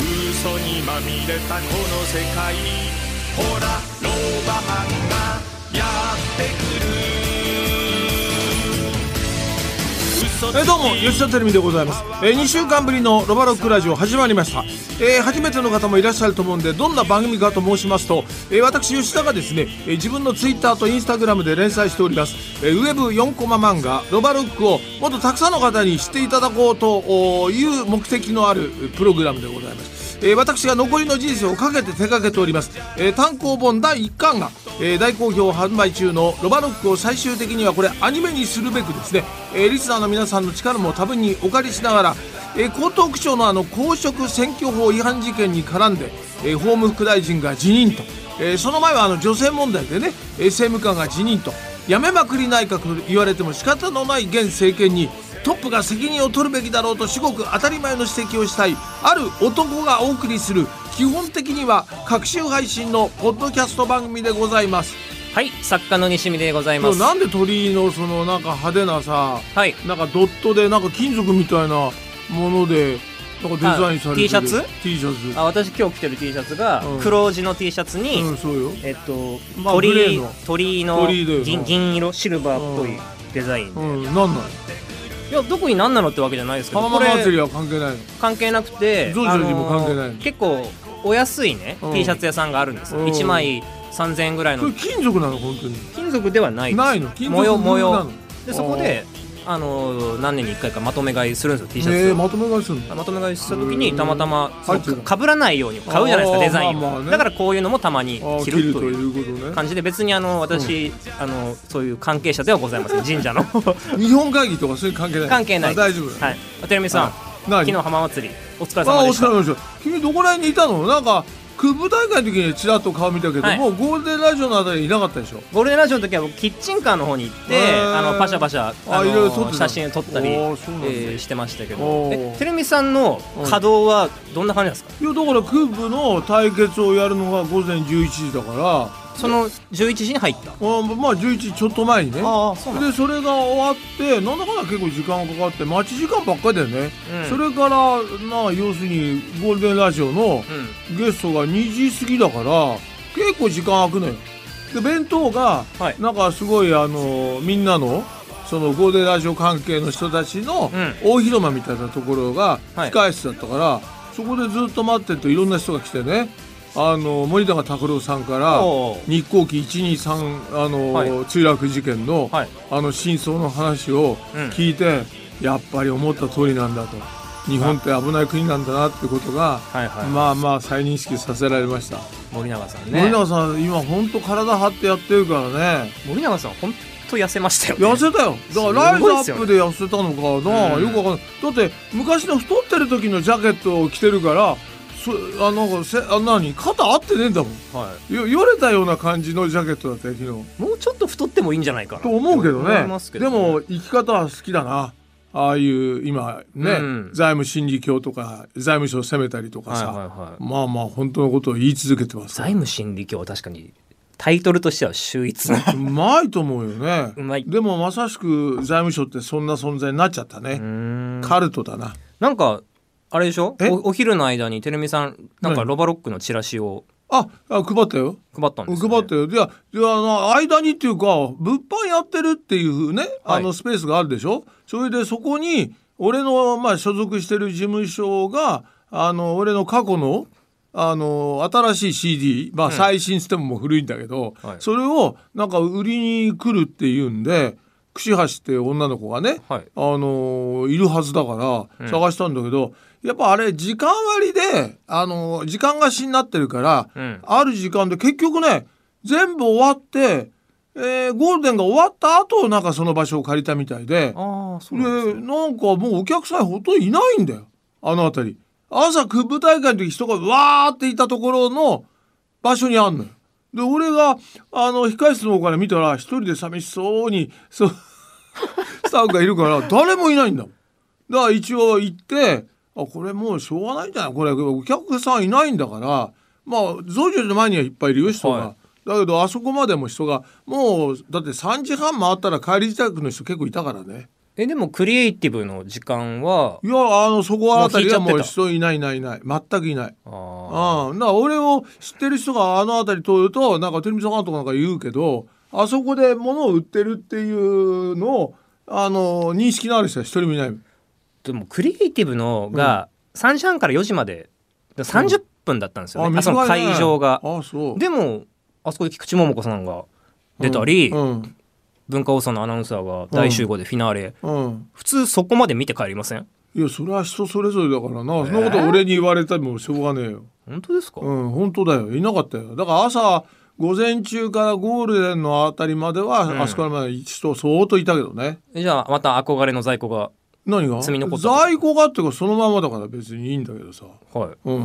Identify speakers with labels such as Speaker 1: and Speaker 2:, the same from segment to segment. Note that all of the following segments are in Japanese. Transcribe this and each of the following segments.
Speaker 1: 嘘にまみれたこの世界ほらローバマンがやってくる嘘つき
Speaker 2: えーどうも吉田テレビでございます、え2週間ぶりの「ロバロックラジオ」始まりました、えー初めての方もいらっしゃると思うんでどんな番組かと申しますと、えー私吉田がですね、えー自分のツイッターとインスタグラムで連載しております、えーウェブ4コマ漫画「ロバロック」をもっとたくさんの方に知っていただこうとおーいう目的のあるプログラムでございますえー私が残りの人生をかけて手掛けております、えー単行本第1巻が、えー大好評販売中の「ロバロック」を最終的にはこれアニメにするべくですね、えーリスナーの皆さんの力も多分にお借りしながら、えー江東区長のあの公職選挙法違反事件に絡んで、えー法務副大臣が辞任と、えーその前はあの女性問題でねえー政務官が辞任と辞めまくり内閣と言われても仕方のない現政権にトップが責任を取るべきだろうと至極当たり前の指摘をしたいある男がお送りする基本的には各週配信のポッドキャスト番組でございます
Speaker 3: はい作家の西見でございます
Speaker 2: なんで鳥居のそのなんか派手なさ、
Speaker 3: はい
Speaker 2: なんかドットでなんか金属みたいなものでなんかデザインされ
Speaker 3: あ T
Speaker 2: てる
Speaker 3: シャツ
Speaker 2: T シャツ
Speaker 3: あ私今日着てる T シャツが、
Speaker 2: うん
Speaker 3: 黒地の T シャツに、
Speaker 2: うんそうよ
Speaker 3: えっと、
Speaker 2: まあグレ
Speaker 3: 鳥
Speaker 2: ー
Speaker 3: 居
Speaker 2: の
Speaker 3: 鳥居の
Speaker 2: 鳥居だよな
Speaker 3: 銀銀色シルバーっぽ
Speaker 2: う
Speaker 3: い
Speaker 2: ん
Speaker 3: デザイン、
Speaker 2: う
Speaker 3: い
Speaker 2: んなんなん
Speaker 3: やどこに何なのってわけじゃないですけど
Speaker 2: 浜
Speaker 3: こ
Speaker 2: 松
Speaker 3: れ
Speaker 2: 祭りは関係ないの
Speaker 3: 関係なくて
Speaker 2: 増上寺も関係ない
Speaker 3: あの結構お安いね、
Speaker 2: うん
Speaker 3: T シャツ屋さんがあるんですよ、
Speaker 2: うん
Speaker 3: 1枚3000円ぐらい
Speaker 2: それ
Speaker 3: の
Speaker 2: 金属なの本当に
Speaker 3: 金属ではないです
Speaker 2: ないの金属
Speaker 3: 模様模
Speaker 2: な
Speaker 3: 様
Speaker 2: の
Speaker 3: でそこであの何年に1回かまとめ買いするんですよ T シャツを
Speaker 2: えー、まとめ買いするの
Speaker 3: まとめ買いした時
Speaker 2: う
Speaker 3: に
Speaker 2: ん
Speaker 3: たまたま
Speaker 2: 入ってる
Speaker 3: かぶらないように買うじゃないです
Speaker 2: あー
Speaker 3: かデザインを、
Speaker 2: まあまあね
Speaker 3: だからこういうのもたまに
Speaker 2: あ
Speaker 3: 着
Speaker 2: ー切る
Speaker 3: る
Speaker 2: と
Speaker 3: という
Speaker 2: いうことね
Speaker 3: 感じで別にあの私、あのそういう関係者ではございません神 社の
Speaker 2: 日本会議とかそういう関係ない
Speaker 3: 関係ない
Speaker 2: あ大丈夫
Speaker 3: はい渡辺さん
Speaker 2: 何
Speaker 3: 昨日浜祭りお疲れ
Speaker 2: あ
Speaker 3: 様
Speaker 2: お
Speaker 3: でし
Speaker 2: 疲れ
Speaker 3: た
Speaker 2: 様でした君どこら辺にいたのなんか空母大会の時にちらっと顔見たけど、
Speaker 3: はい
Speaker 2: もうゴールデンラジオのあたりいなかったでしょ
Speaker 3: ゴールデンラジオの時は僕キッチンカーの方に行っ
Speaker 2: へ
Speaker 3: て
Speaker 2: ー
Speaker 3: あのパシャパシャ
Speaker 2: あ
Speaker 3: の
Speaker 2: いろいろ撮ってた
Speaker 3: 写真を撮ったり、え
Speaker 2: おーそうなんだ
Speaker 3: ーしてましたけ
Speaker 2: お
Speaker 3: ど
Speaker 2: ー
Speaker 3: えてるみさんの稼働はどんな感じなんですか
Speaker 2: いやだから空母の対決をやるのが午前11時だから
Speaker 3: その11時に入った
Speaker 2: あまあ11時ちょっと前にね
Speaker 3: ああそうなんだ
Speaker 2: でそれが終わってなんだかんだ結構時間がかかって待ち時間ばっかりだよね、
Speaker 3: うん
Speaker 2: それからまあ要するにゴールデンラジオの
Speaker 3: うん
Speaker 2: ゲストが2時過ぎだから結構時間空くのよで弁当が
Speaker 3: はい
Speaker 2: なんかすごいあのみんなのそのゴールデンラジオ関係の人たちの
Speaker 3: うん
Speaker 2: 大広間みたいなところが
Speaker 3: はい
Speaker 2: 控室だったから、そこでずっと待ってるといろんな人が来てねあの森高拓郎さんから
Speaker 3: おー
Speaker 2: 日航機123あの、
Speaker 3: はい
Speaker 2: 墜落事件の、
Speaker 3: はい
Speaker 2: あの真相の話を
Speaker 3: うん
Speaker 2: 聞いて、やっぱり思った通りなんだと日本って危ない国なんだなってことが、
Speaker 3: はいはい
Speaker 2: まあまあ再認識させられました、
Speaker 3: 森永さんね
Speaker 2: 森永さん今本当体張ってやってるからね
Speaker 3: 森永さん本当痩せましたよ、ね、
Speaker 2: 痩せたよだからラ
Speaker 3: す
Speaker 2: イ
Speaker 3: ごいっ
Speaker 2: ズ
Speaker 3: す
Speaker 2: ア
Speaker 3: よ
Speaker 2: ッ
Speaker 3: ね
Speaker 2: プで痩せたのかな、
Speaker 3: うん
Speaker 2: よくわかんないだって昔の太ってる時のジャケットを着てるからそあなんかせあ何肩合ってねえんだもん
Speaker 3: は
Speaker 2: よよれたような感じのジャケットだったよ昨日
Speaker 3: い、もうちょっと太ってもいいんじゃないかな
Speaker 2: と思うけど
Speaker 3: 思い
Speaker 2: ね
Speaker 3: ますけ
Speaker 2: で
Speaker 3: どね
Speaker 2: も生き方は好きだなああいう今ね、
Speaker 3: うん
Speaker 2: 財務審議教とか財務省責めたりとか
Speaker 3: はい
Speaker 2: さ、
Speaker 3: はいはい
Speaker 2: まあまあ本当のことを言い続けてます
Speaker 3: 財務審理教は確かにタイトルとしては秀逸な
Speaker 2: うまいと思うよね
Speaker 3: うまい
Speaker 2: でもまさしく財務省ってそんな存在になっちゃったね、
Speaker 3: な
Speaker 2: カルトだなん
Speaker 3: かあれでしょ
Speaker 2: え
Speaker 3: おお昼の間にてるみさんなんか
Speaker 2: 何
Speaker 3: ロバロックのチラシを
Speaker 2: ああ配ったよ
Speaker 3: 配ったんですよね、
Speaker 2: 配ったよいやいやあの間にっていうか物販やってるっていうね、あのスペースがあるでしょそれでそこに俺の、まあ、所属してる事務所があの俺の過去のあの新しい CD、まあ、最新ステムも古いんだけど、
Speaker 3: はい
Speaker 2: それをなんか売りに来るっていうんで串橋って女の子がね、
Speaker 3: はい
Speaker 2: あのいるはずだから探したんだけど、やっぱあれ時間割で、あの時間貸しになってるから、
Speaker 3: うん
Speaker 2: ある時間で結局ね全部終わって、えーゴールデンが終わった後なんかその場所を借りたみたいで
Speaker 3: ああそ
Speaker 2: で
Speaker 3: うなんですね
Speaker 2: なんかもうお客さんほとんどいないんだよあの辺り朝クブ大会の時人がわーっていたところの場所にあんのよで俺があの控室の方から見たら一人で寂しそうにそう スタッフがいるから誰もいないんだもんだから一応行ってあこれもうしょうがないんじゃないこれお客さんいないんだからまあ増上寺の前にはいっぱいいるよ人が、
Speaker 3: は
Speaker 2: だけどあそこまでも人がもうだって3時半回ったら帰り自宅の人結構いたからね
Speaker 3: えでもクリエイティブの時間はい
Speaker 2: やあのそこあたりはも
Speaker 3: もう
Speaker 2: う
Speaker 3: 引いちゃってた
Speaker 2: 人いないいないいない全くいない
Speaker 3: あ
Speaker 2: うん、な俺を知ってる人があの辺り通るとなんかテレビさんとかなんか言うけどあそこで物を売ってるっていうのをあの認識のある人は一人もいない
Speaker 3: ーでもクリエイティブのが3時半から4時までで30分だったんですよね、あその
Speaker 2: 短いね
Speaker 3: 会場が。
Speaker 2: あそう
Speaker 3: でもあそこで菊池桃子さんが出たり、
Speaker 2: うん
Speaker 3: 文化放送のアナウンサーが大集合でフィナーレ、
Speaker 2: うん、うん
Speaker 3: 普通そこまで見て帰りません
Speaker 2: いやそれは人それぞれだからな、そんなこと俺に言われてもしょうがねえよ
Speaker 3: 本当ですか、
Speaker 2: うん本当だよいなかったよだから朝午前中からゴールデンのあたりまでは、
Speaker 3: ん
Speaker 2: あそこまで人相当いたけどね
Speaker 3: えじゃあまた憧れの在庫が
Speaker 2: 何が
Speaker 3: 積み残った
Speaker 2: 在庫がっていうかそのままだから別にいいんだけどさ
Speaker 3: は
Speaker 2: うん
Speaker 3: い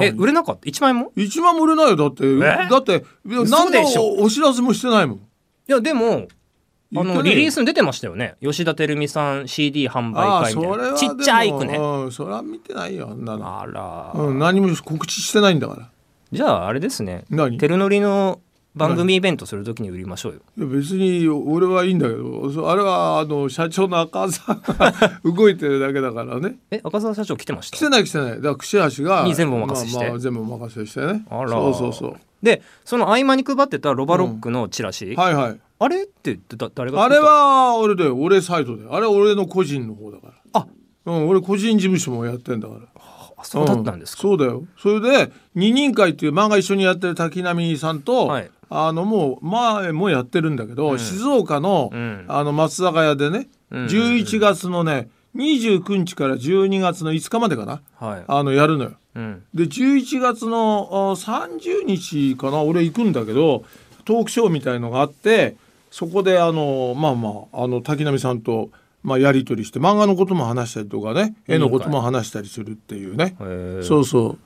Speaker 3: え
Speaker 2: 何
Speaker 3: 売れなかった1枚も
Speaker 2: 一番も売れないよだってだっていや何
Speaker 3: でしょ
Speaker 2: のお知らせもしてないもん
Speaker 3: いやでもあ
Speaker 2: 言って
Speaker 3: の
Speaker 2: ない
Speaker 3: リリースに出てましたよね吉田照美さん CD 販
Speaker 2: ああ
Speaker 3: 売会
Speaker 2: そ
Speaker 3: み
Speaker 2: れ
Speaker 3: たい
Speaker 2: は
Speaker 3: なちっちゃいく
Speaker 2: で
Speaker 3: ね
Speaker 2: もうんそれは見てないよあんなの、
Speaker 3: あら、
Speaker 2: うん、何も告知してないんだから
Speaker 3: じゃああれですね
Speaker 2: 何
Speaker 3: 照則の番組イベントするときに売りましょうよ
Speaker 2: いや別に俺はいいんだけどそあれはあの社長の赤澤 が動いてるだけだからね
Speaker 3: え赤澤社長来てまし
Speaker 2: 来
Speaker 3: た
Speaker 2: てない来てないだから櫛橋が
Speaker 3: に全部お任せして
Speaker 2: まあまあ全部お任せしてね
Speaker 3: あら
Speaker 2: そうそうそう
Speaker 3: でその合間に配ってたロバロックのチラシ、
Speaker 2: はいはい
Speaker 3: あれってだ誰が
Speaker 2: あ
Speaker 3: 作
Speaker 2: れ
Speaker 3: った
Speaker 2: は俺だよ俺サイトであれは俺の個人の方だから
Speaker 3: あ
Speaker 2: うん、俺個人事務所もやってんだから
Speaker 3: あそうだったんですか、
Speaker 2: うそうだよそれで「二人会」っていう漫画一緒にやってる滝浪さんと、
Speaker 3: はい
Speaker 2: あのもう前もやってるんだけど、静岡の,、
Speaker 3: うん
Speaker 2: あの松坂屋でね、
Speaker 3: うんうんうん
Speaker 2: 11月のね29日から12月の5日までかな
Speaker 3: はい
Speaker 2: あのやるのよ。
Speaker 3: うん
Speaker 2: で11月のあ30日かな俺行くんだけどトークショーみたいのがあってそこであのまあまああの滝浪さんと、まあ、やり取りして漫画のことも話したりとかね絵のことも話したりするっていうね
Speaker 3: へ。ー
Speaker 2: そうそ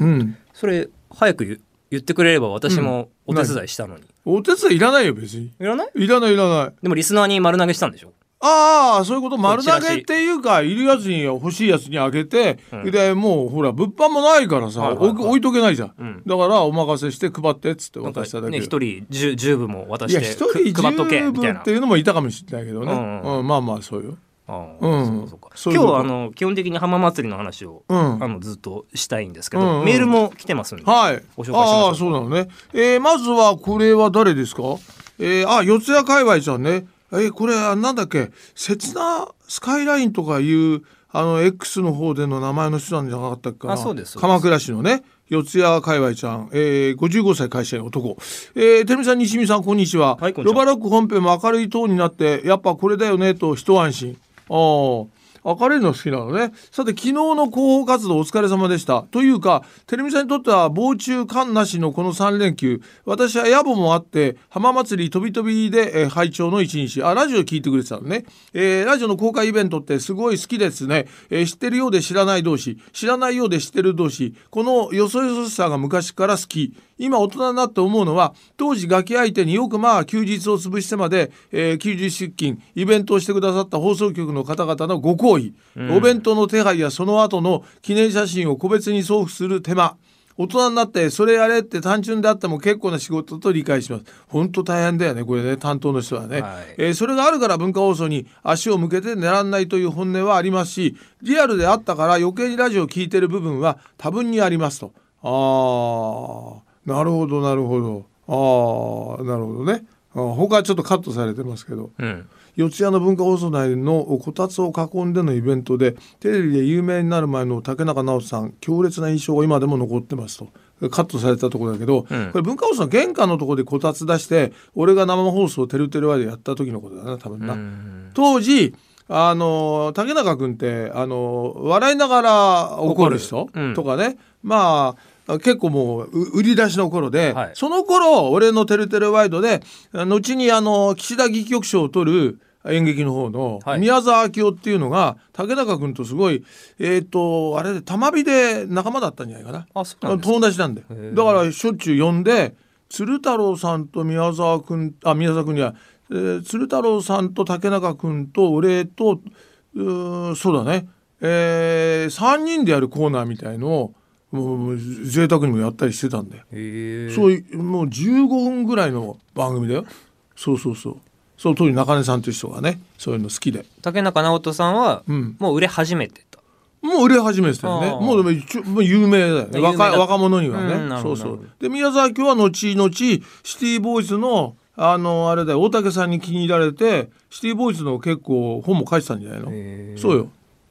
Speaker 2: う。うん、
Speaker 3: それ早く言言ってくれれば私もお手伝いしたのに、
Speaker 2: お手伝いいらないよ別に。
Speaker 3: いらない
Speaker 2: いらないいらない。
Speaker 3: でもリスナーに丸投げしたんでしょ
Speaker 2: ああそういうこと丸投
Speaker 3: チラ
Speaker 2: げ
Speaker 3: シ
Speaker 2: っていうかいるやつに欲しいやつにあげて、でもうほら物販もないからさ、
Speaker 3: はいはいはい
Speaker 2: 置く置いとけないじゃん、
Speaker 3: うん
Speaker 2: だからお任せして配ってっつって
Speaker 3: なん
Speaker 2: 渡
Speaker 3: か
Speaker 2: しただけ
Speaker 3: ね
Speaker 2: よ
Speaker 3: 一人十十部も渡
Speaker 2: いや
Speaker 3: して
Speaker 2: 一人
Speaker 3: く配っとけ
Speaker 2: 十
Speaker 3: みたい
Speaker 2: 分
Speaker 3: な
Speaker 2: っていうのもいたかもしれないけどね、う
Speaker 3: うんんうん
Speaker 2: まあまあそうよ、
Speaker 3: ああ
Speaker 2: うん
Speaker 3: そうかそうか
Speaker 2: そういう
Speaker 3: 今
Speaker 2: こ
Speaker 3: 日
Speaker 2: と
Speaker 3: はあの基本的に浜祭りの話を、
Speaker 2: うん
Speaker 3: あのずっとしたいんですけど、
Speaker 2: うんうん
Speaker 3: メールも来てますんで、
Speaker 2: はい
Speaker 3: ご紹介しましょう
Speaker 2: ああそうなのね、えーまずはこれは誰ですか、えー、あ四谷界隈ちゃんねえーこれあなんだっけ刹那スカイラインとかいうあの X の方での名前の人なんじゃなかったっけかな
Speaker 3: あそうですそうです
Speaker 2: 鎌倉市のね四谷界隈ちゃん、えー、55歳会社員男、えー、てるみさん西見さんこんにちは、
Speaker 3: はいこんに
Speaker 2: ロ
Speaker 3: ちは
Speaker 2: バロック本編も明るいトーンになってやっぱこれだよねと一安心あー明るいの好きなのねさて昨日の広報活動お疲れ様でしたというかてるみさんにとっては防虫缶なしのこの3連休私は野暮もあって浜祭り飛び飛びで、えー拝聴の一日あラジオ聞いてくれてたのね、えーラジオの公開イベントってすごい好きですね、えー知ってるようで知らない同士知らないようで知ってる同士このよそよそしさが昔から好き今大人になって思うのは当時ガキ相手によくまあ休日を潰してまで、えー休日出勤イベントをしてくださった放送局の方々のご厚意、お弁当の手配やその後の記念写真を個別に送付する手間大人になってそれやれって単純であっても結構な仕事と理解します本当大変だよねこれね担当の人はね、
Speaker 3: はい
Speaker 2: えーそれがあるから文化放送に足を向けて狙わないという本音はありますしリアルであったから余計にラジオを聞いてる部分は多分にありますとあーなるほどなるほどああなるほどねあー他はちょっとカットされてますけど
Speaker 3: うん、
Speaker 2: 四谷の文化放送内のこたつを囲んでのイベントでテレビで有名になる前の竹中直人さん強烈な印象が今でも残ってますとカットされたところだけど、
Speaker 3: うん
Speaker 2: これ文化放送の玄関のところでこたつ出して俺が生放送を「てるてるワイ」でやった時のことだな多分な。
Speaker 3: うん
Speaker 2: 当時あの竹中君ってあの笑いながら怒る人
Speaker 3: 怒るうん
Speaker 2: とかね、まあ結構もうう売り出しの頃で、
Speaker 3: はい
Speaker 2: その頃俺の「てるてるワイドで」後にあの岸田劇局賞を取る演劇の方の
Speaker 3: はい
Speaker 2: 宮沢明夫っていうのが竹中君とすごいえっ、とあれで玉火で仲間だったんじゃないかな。
Speaker 3: あそうなんです
Speaker 2: 友達なんだよ
Speaker 3: へえ
Speaker 2: だからしょっちゅう呼んで鶴太郎さんと宮沢君あ宮沢君には、えー鶴太郎さんと竹中君と俺とうーそうだね、え3人でやるコーナーみたいのをもうもう贅沢にもやったりしてたんだよ、
Speaker 3: へえ
Speaker 2: そういうもう15分ぐらいの番組だよそうそうそうその当時中根さんという人がねそういうの好きで
Speaker 3: 竹中直人さんは
Speaker 2: うん
Speaker 3: もう売れ始めてた、
Speaker 2: もう売れ始めてたよね
Speaker 3: ああ
Speaker 2: もうでも一応もう有名だよね
Speaker 3: 有名だ
Speaker 2: 若い若者にはね、
Speaker 3: うんなる
Speaker 2: そ
Speaker 3: ほ
Speaker 2: う
Speaker 3: ど
Speaker 2: そう
Speaker 3: なる
Speaker 2: で宮沢京は後々シティボーイズのあのあれだよ大竹さんに気に入られてシティボーイズの結構本も書いてたんじゃないの
Speaker 3: へー
Speaker 2: そうよ、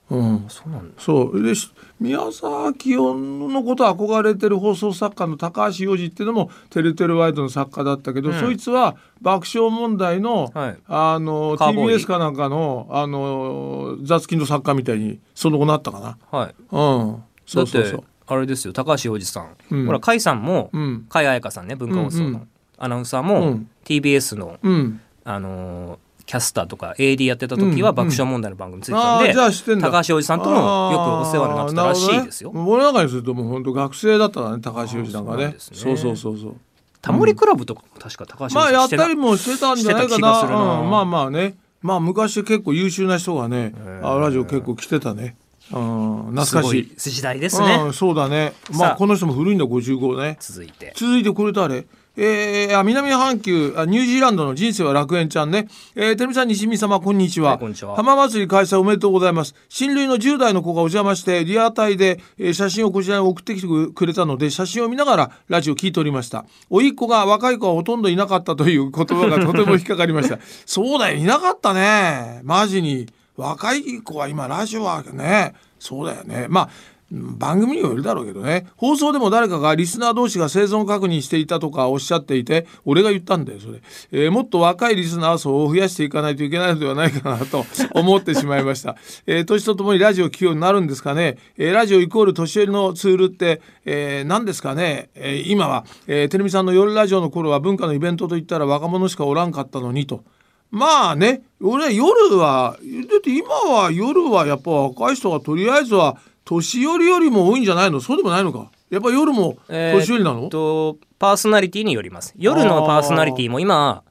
Speaker 2: うん、
Speaker 3: そうなんだ
Speaker 2: そうでし宮沢清のことを憧れてる放送作家の高橋洋二っていうのも「てるてるワイド」の作家だったけど、
Speaker 3: うん
Speaker 2: そいつは爆笑問題の,、
Speaker 3: はい
Speaker 2: あの
Speaker 3: カーボーイ
Speaker 2: TBS かなんかのあの雑金の作家みたいにその後なったかな。
Speaker 3: はい
Speaker 2: うん、そうそう
Speaker 3: だ
Speaker 2: そ
Speaker 3: ってあれですよ高橋洋二さん、
Speaker 2: うん
Speaker 3: ほら甲斐さんも、
Speaker 2: う。うん、
Speaker 3: 甲斐彩香さんね文化放送
Speaker 2: うんう
Speaker 3: の
Speaker 2: ん
Speaker 3: アナウンサー
Speaker 2: う
Speaker 3: も、
Speaker 2: ん
Speaker 3: TBS の、
Speaker 2: うん、
Speaker 3: あのーキャスターとか AD やってた
Speaker 2: うん
Speaker 3: 時
Speaker 2: う
Speaker 3: は
Speaker 2: ん
Speaker 3: 爆笑問題の番組ついてた
Speaker 2: あ
Speaker 3: んで、
Speaker 2: あじゃあ知ってんだ
Speaker 3: 高橋洋二さんともよくお世話になってたらしいですよ
Speaker 2: あー。なるほどね、俺なんかにするともう本当学生だったからね高橋洋二なんか
Speaker 3: あーそうなん
Speaker 2: ね
Speaker 3: ですね
Speaker 2: そうそうそうそう
Speaker 3: タモリクラブとかも確か高橋洋
Speaker 2: まあ
Speaker 3: 二
Speaker 2: や
Speaker 3: さん
Speaker 2: っ
Speaker 3: して
Speaker 2: た
Speaker 3: な
Speaker 2: りもしてたんじゃないか
Speaker 3: してた気が
Speaker 2: な
Speaker 3: するな
Speaker 2: うんまあまあねまあ昔結構優秀な人がねあラジオ結構来てたね、うん、懐かし
Speaker 3: す
Speaker 2: い
Speaker 3: ごい時代ですね、
Speaker 2: うん、そうだねま
Speaker 3: さ
Speaker 2: あ
Speaker 3: あ
Speaker 2: この人も古いんだ55ね
Speaker 3: 続いて
Speaker 2: 続いてこれ誰えー、あ南半球あニュージーランドの人生は楽園ちゃんね、えー、てるみさん西見様こんにちは,、
Speaker 3: はいこんにちは
Speaker 2: 浜祭り開催おめでとうございます親類の10代の子がお邪魔してリアタイで、えー写真をこちらに送ってきてくれたので写真を見ながらラジオ聞いておりましたおいっ子が若い子はほとんどいなかったという言葉が とても引っかかりましたそうだよいなかったねマジに若い子は今ラジオはねそうだよねまあうん番組にもよるだろうけどね放送でも誰かがリスナー同士が生存確認していたとかおっしゃっていて俺が言ったんだよそれ、えーもっと若いリスナー層を増やしていかないといけないのではないかなと 思ってしまいました、えー年とともにラジオを聞くようになるんですかね、えーラジオイコール年寄りのツールって、えー何ですかね、えー今は、えー、てるみさんの夜ラジオの頃は文化のイベントといったら若者しかおらんかったのにとまあね俺は夜はだって今は夜はやっぱ若い人がとりあえずは年寄りよりも多いんじゃないのそうでもないのかやっぱ夜も年寄りなの、
Speaker 3: えーっとパーソナリティによります夜のパーソナリティも今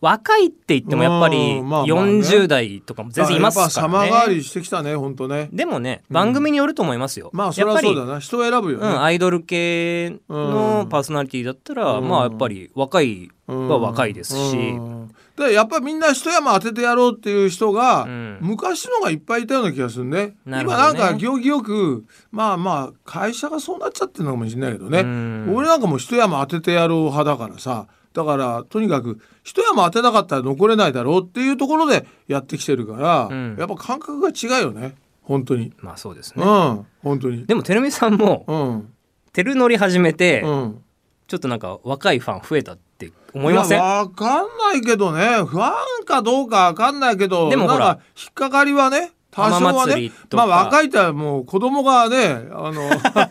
Speaker 3: 若いって言ってもやっぱり
Speaker 2: うんまあまあね
Speaker 3: 40代とかも全然いますか
Speaker 2: やっぱ
Speaker 3: ら
Speaker 2: 様変わ
Speaker 3: ね
Speaker 2: りしてきたね本当ね
Speaker 3: でもね番組によると思いますよ、
Speaker 2: まあそ
Speaker 3: や
Speaker 2: れ
Speaker 3: っぱ
Speaker 2: は
Speaker 3: り
Speaker 2: そうだな人を選ぶよ
Speaker 3: う
Speaker 2: ね、
Speaker 3: ん、アイドル系
Speaker 2: う
Speaker 3: の
Speaker 2: ん
Speaker 3: パーソナリティだったら、
Speaker 2: うん
Speaker 3: まあやっぱり若いは若いですし、
Speaker 2: うんでやっぱりみんな一山当ててやろうっていう人が、
Speaker 3: うん
Speaker 2: 昔のがいっぱいいたような気がするね
Speaker 3: なる
Speaker 2: 今
Speaker 3: ほど
Speaker 2: な
Speaker 3: ね
Speaker 2: んか行儀よくまあまあ会社がそうなっちゃってるのかもしれないけどね、
Speaker 3: うん
Speaker 2: 俺なんかもう一山当ててやろう派だからさだからとにかく一山当てなかったら残れないだろうっていうところでやってきてるから、
Speaker 3: うん
Speaker 2: やっぱ感覚が違うよね本当に、
Speaker 3: まあそうです
Speaker 2: う
Speaker 3: ね、
Speaker 2: ん本当に
Speaker 3: でもてるみさんも
Speaker 2: うん
Speaker 3: てる乗り始めて、
Speaker 2: うん
Speaker 3: ちょっとなんか若いファン増えたって思いません
Speaker 2: やわかんないけどね不安かどうかわかんないけど
Speaker 3: でもほら
Speaker 2: なんか引っかかりはね多少
Speaker 3: 浜
Speaker 2: は
Speaker 3: 祭
Speaker 2: ね
Speaker 3: りと
Speaker 2: まあ
Speaker 3: か
Speaker 2: 若いってのはもう子供がねあの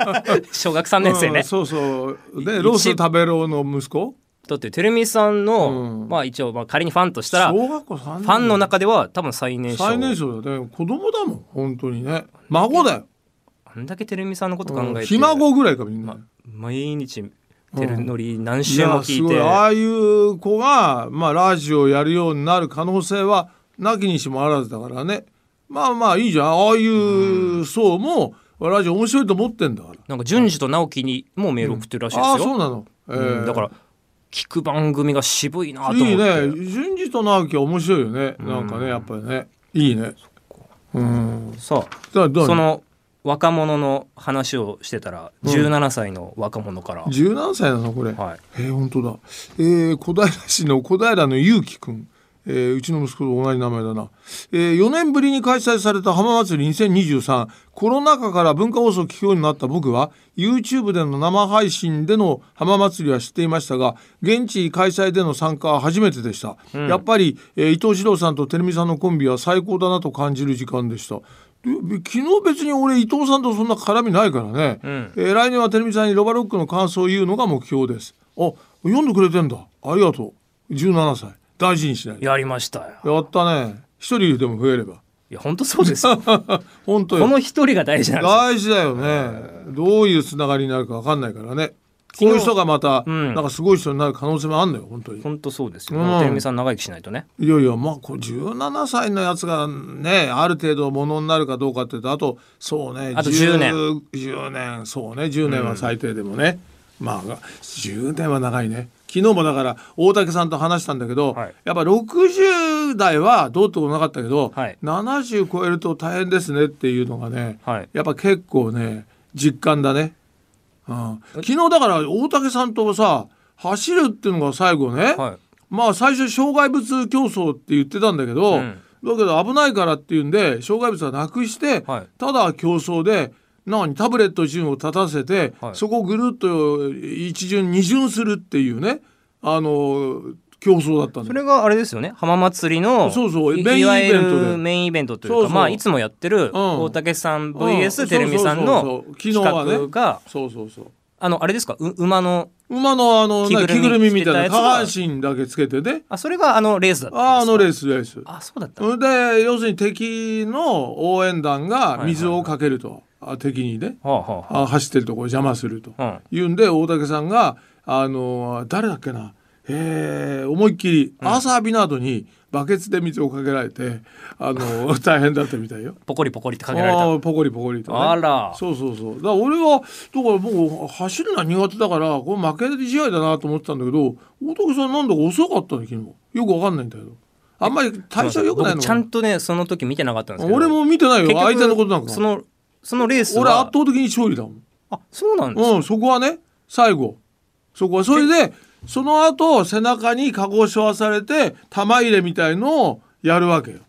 Speaker 3: 小学3年生
Speaker 2: う
Speaker 3: ね
Speaker 2: ん、そうそうで
Speaker 3: 一
Speaker 2: ロース食べろの息子
Speaker 3: だっててるみさんの、
Speaker 2: うん
Speaker 3: まあ一応まあ仮にファンとしたらフ
Speaker 2: 小学校3年
Speaker 3: ァンの中では多分最年少
Speaker 2: 最年少だね子供だもん本当にね孫だよ
Speaker 3: あんだけてるみさんのこと考えて、
Speaker 2: ひ孫ぐらいかみんな、
Speaker 3: 毎日てるのり何
Speaker 2: い
Speaker 3: 週
Speaker 2: や
Speaker 3: も聞
Speaker 2: す
Speaker 3: い
Speaker 2: ご
Speaker 3: て
Speaker 2: いああいう子が、まあ、ラジオやるようになる可能性はなきにしもあらずだからねまあまあいいじゃんああいう層もラジオ面白いと思ってんだから
Speaker 3: なんか順次と直樹にもメール送ってるらしいです
Speaker 2: あ
Speaker 3: よ、
Speaker 2: あそうなの、え
Speaker 3: うんだから聞く番組が渋いなと思っ
Speaker 2: い
Speaker 3: て
Speaker 2: いね順次と直樹は面白いよねなんかねやっぱりねいいねうん
Speaker 3: さあ
Speaker 2: だからどう
Speaker 3: その若者の話をしてたら、17歳の若者から、
Speaker 2: 十何歳なのこれ、
Speaker 3: はい、
Speaker 2: えー、本当だ。えー、小平市の小平の祐樹くん。えー、うちの息子と同じ名前だな、えー、4年ぶりに開催された浜祭り2023コロナ禍から文化放送を聞くようになった僕は YouTube での生配信での浜祭りは知っていましたが現地開催での参加は初めてでした、やっぱり、えー、伊藤史郎さんと照美さんのコンビは最高だなと感じる時間でしたで昨日別に俺伊藤さんとそんな絡みないからね、
Speaker 3: ん
Speaker 2: えー来年はてるみさんにロバロックの感想を言うのが目標ですあ読んでくれてんだありがとう17歳大事にしないで
Speaker 3: やりましたよ
Speaker 2: やったね一人でも増えれば
Speaker 3: いや本当そうですよこ
Speaker 2: 本当よ
Speaker 3: の一人が大事なんですよ
Speaker 2: 大事だよねどういうつながりになるか分かんないからねこういう人がまた、
Speaker 3: ん
Speaker 2: なんかすごい人になる可能性もあんのよ本当に
Speaker 3: 本当そうですよ、
Speaker 2: うん
Speaker 3: てるみさん長生きしないとね
Speaker 2: いやいやまあこう17歳のやつがねある程度ものになるかどうかっていうとあとそうね
Speaker 3: あと10年
Speaker 2: 10年そうね10年は最低でもね、まあ10年は長いね昨日もだから大竹さんと話したんだけど、
Speaker 3: はい
Speaker 2: やっぱ60代はどうってことなかったけど、
Speaker 3: はい
Speaker 2: 70超えると大変ですねっていうのがね、
Speaker 3: はい
Speaker 2: やっぱ結構ね実感だね、うん、昨日だから大竹さんとさ走るっていうのが最後ね、
Speaker 3: はい
Speaker 2: まあ最初障害物競争って言ってたんだけど、
Speaker 3: うん
Speaker 2: だけど危ないからっていうんで障害物はなくして、
Speaker 3: はい
Speaker 2: ただ競争で何タブレット順を立たせて、
Speaker 3: はい
Speaker 2: そこをぐるっと一巡二巡するっていうねあの競争だったんだ
Speaker 3: それがあれですよね浜祭りの
Speaker 2: そうそう
Speaker 3: い
Speaker 2: メインイベントで
Speaker 3: いわゆるメインイベントというか
Speaker 2: そうそう
Speaker 3: まあ、いつもやってる大竹さん VS てるみさんの
Speaker 2: そうそうそう
Speaker 3: 企
Speaker 2: そう昨日はね
Speaker 3: 画が、
Speaker 2: そうそうそう
Speaker 3: あのあれですかう馬の
Speaker 2: 馬のあの
Speaker 3: 着ぐるみ
Speaker 2: 着ぐるみみたいな
Speaker 3: 着てたや
Speaker 2: 下
Speaker 3: つ
Speaker 2: 半身だけつけてね
Speaker 3: あそれがあのレースだったんですか
Speaker 2: あのレースレース
Speaker 3: あそうだった、
Speaker 2: それで要するに敵の応援団が水をかけると、あ敵にね
Speaker 3: はあは
Speaker 2: あ走ってるところを邪魔すると
Speaker 3: あはあ
Speaker 2: いうんで大竹さんがあの誰だっけなえー思いっきりアーサー・ビナードにバケツで水をかけられて、あ の大変だったみたいよ。
Speaker 3: ポコリポコリってかけられ
Speaker 2: あ
Speaker 3: た
Speaker 2: ーポコリポコリと、ね、
Speaker 3: あら
Speaker 2: そうそうそうだから俺はだから僕走るのは苦手だからこれ負け試合だなと思ってたんだけど大竹さんなんだか遅かったね昨日よくわかんないんだけどあんまり対象良くないの
Speaker 3: 僕ち
Speaker 2: か
Speaker 3: ゃ
Speaker 2: なん
Speaker 3: とねその時見てなかったんですけど
Speaker 2: 俺も見てないよ
Speaker 3: 結局
Speaker 2: 相手のことなんか
Speaker 3: そのそのレース
Speaker 2: 俺
Speaker 3: は
Speaker 2: 圧倒的に勝利だもん
Speaker 3: あそうなんです、
Speaker 2: うん、そこはね、最後。そこは、それで、その後、背中に加工し合わされて、玉入れみたいのをやるわけよ。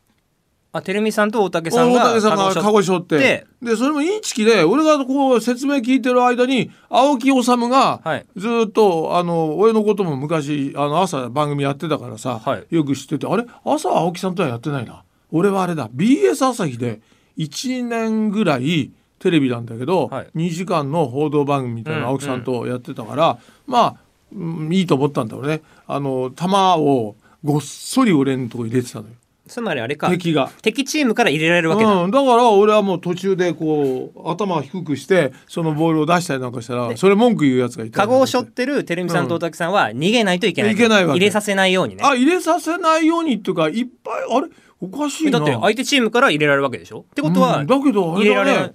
Speaker 3: あてるみさんと大竹さん
Speaker 2: 大
Speaker 3: が
Speaker 2: 竹さんが
Speaker 3: 鹿
Speaker 2: 加
Speaker 3: 児
Speaker 2: 工し合って。で、それもインチキで、俺がこう説明聞いてる間に、青木治が、
Speaker 3: はい
Speaker 2: ずーっと、あの、俺のことも昔、あの、朝番組やってたからさ、
Speaker 3: はい
Speaker 2: よく知ってて、あれ朝は青木さんとはやってないな。俺はあれだ、BS 朝日で、1年ぐらい、テレビなんだけど、
Speaker 3: はい
Speaker 2: 2時間の報道番組みたいなの
Speaker 3: うん
Speaker 2: 青木さんとやってたから、まあ、うんいいと思ったんだろうね。あの、弾をごっそり俺のとこ入れてたのよ。
Speaker 3: つまりあれか敵
Speaker 2: 敵が。
Speaker 3: チームから入れられるわけだ、
Speaker 2: うん、だから俺はもう途中でこう頭低くしてそのボールを出したりなんかしたらそれ文句言うやつがいた
Speaker 3: カ
Speaker 2: り
Speaker 3: ゴ
Speaker 2: なん
Speaker 3: を
Speaker 2: か
Speaker 3: 背負
Speaker 2: し
Speaker 3: ってるてるみさんと大竹さんは逃げないといけない
Speaker 2: いけないわけ
Speaker 3: 入れさせないようにね
Speaker 2: あ入れさせないようにっていうかいっぱいあれおかしいな
Speaker 3: だって相手チームから入れられるわけでしょってことは、
Speaker 2: うんだけどあれだ
Speaker 3: 入れられ
Speaker 2: ね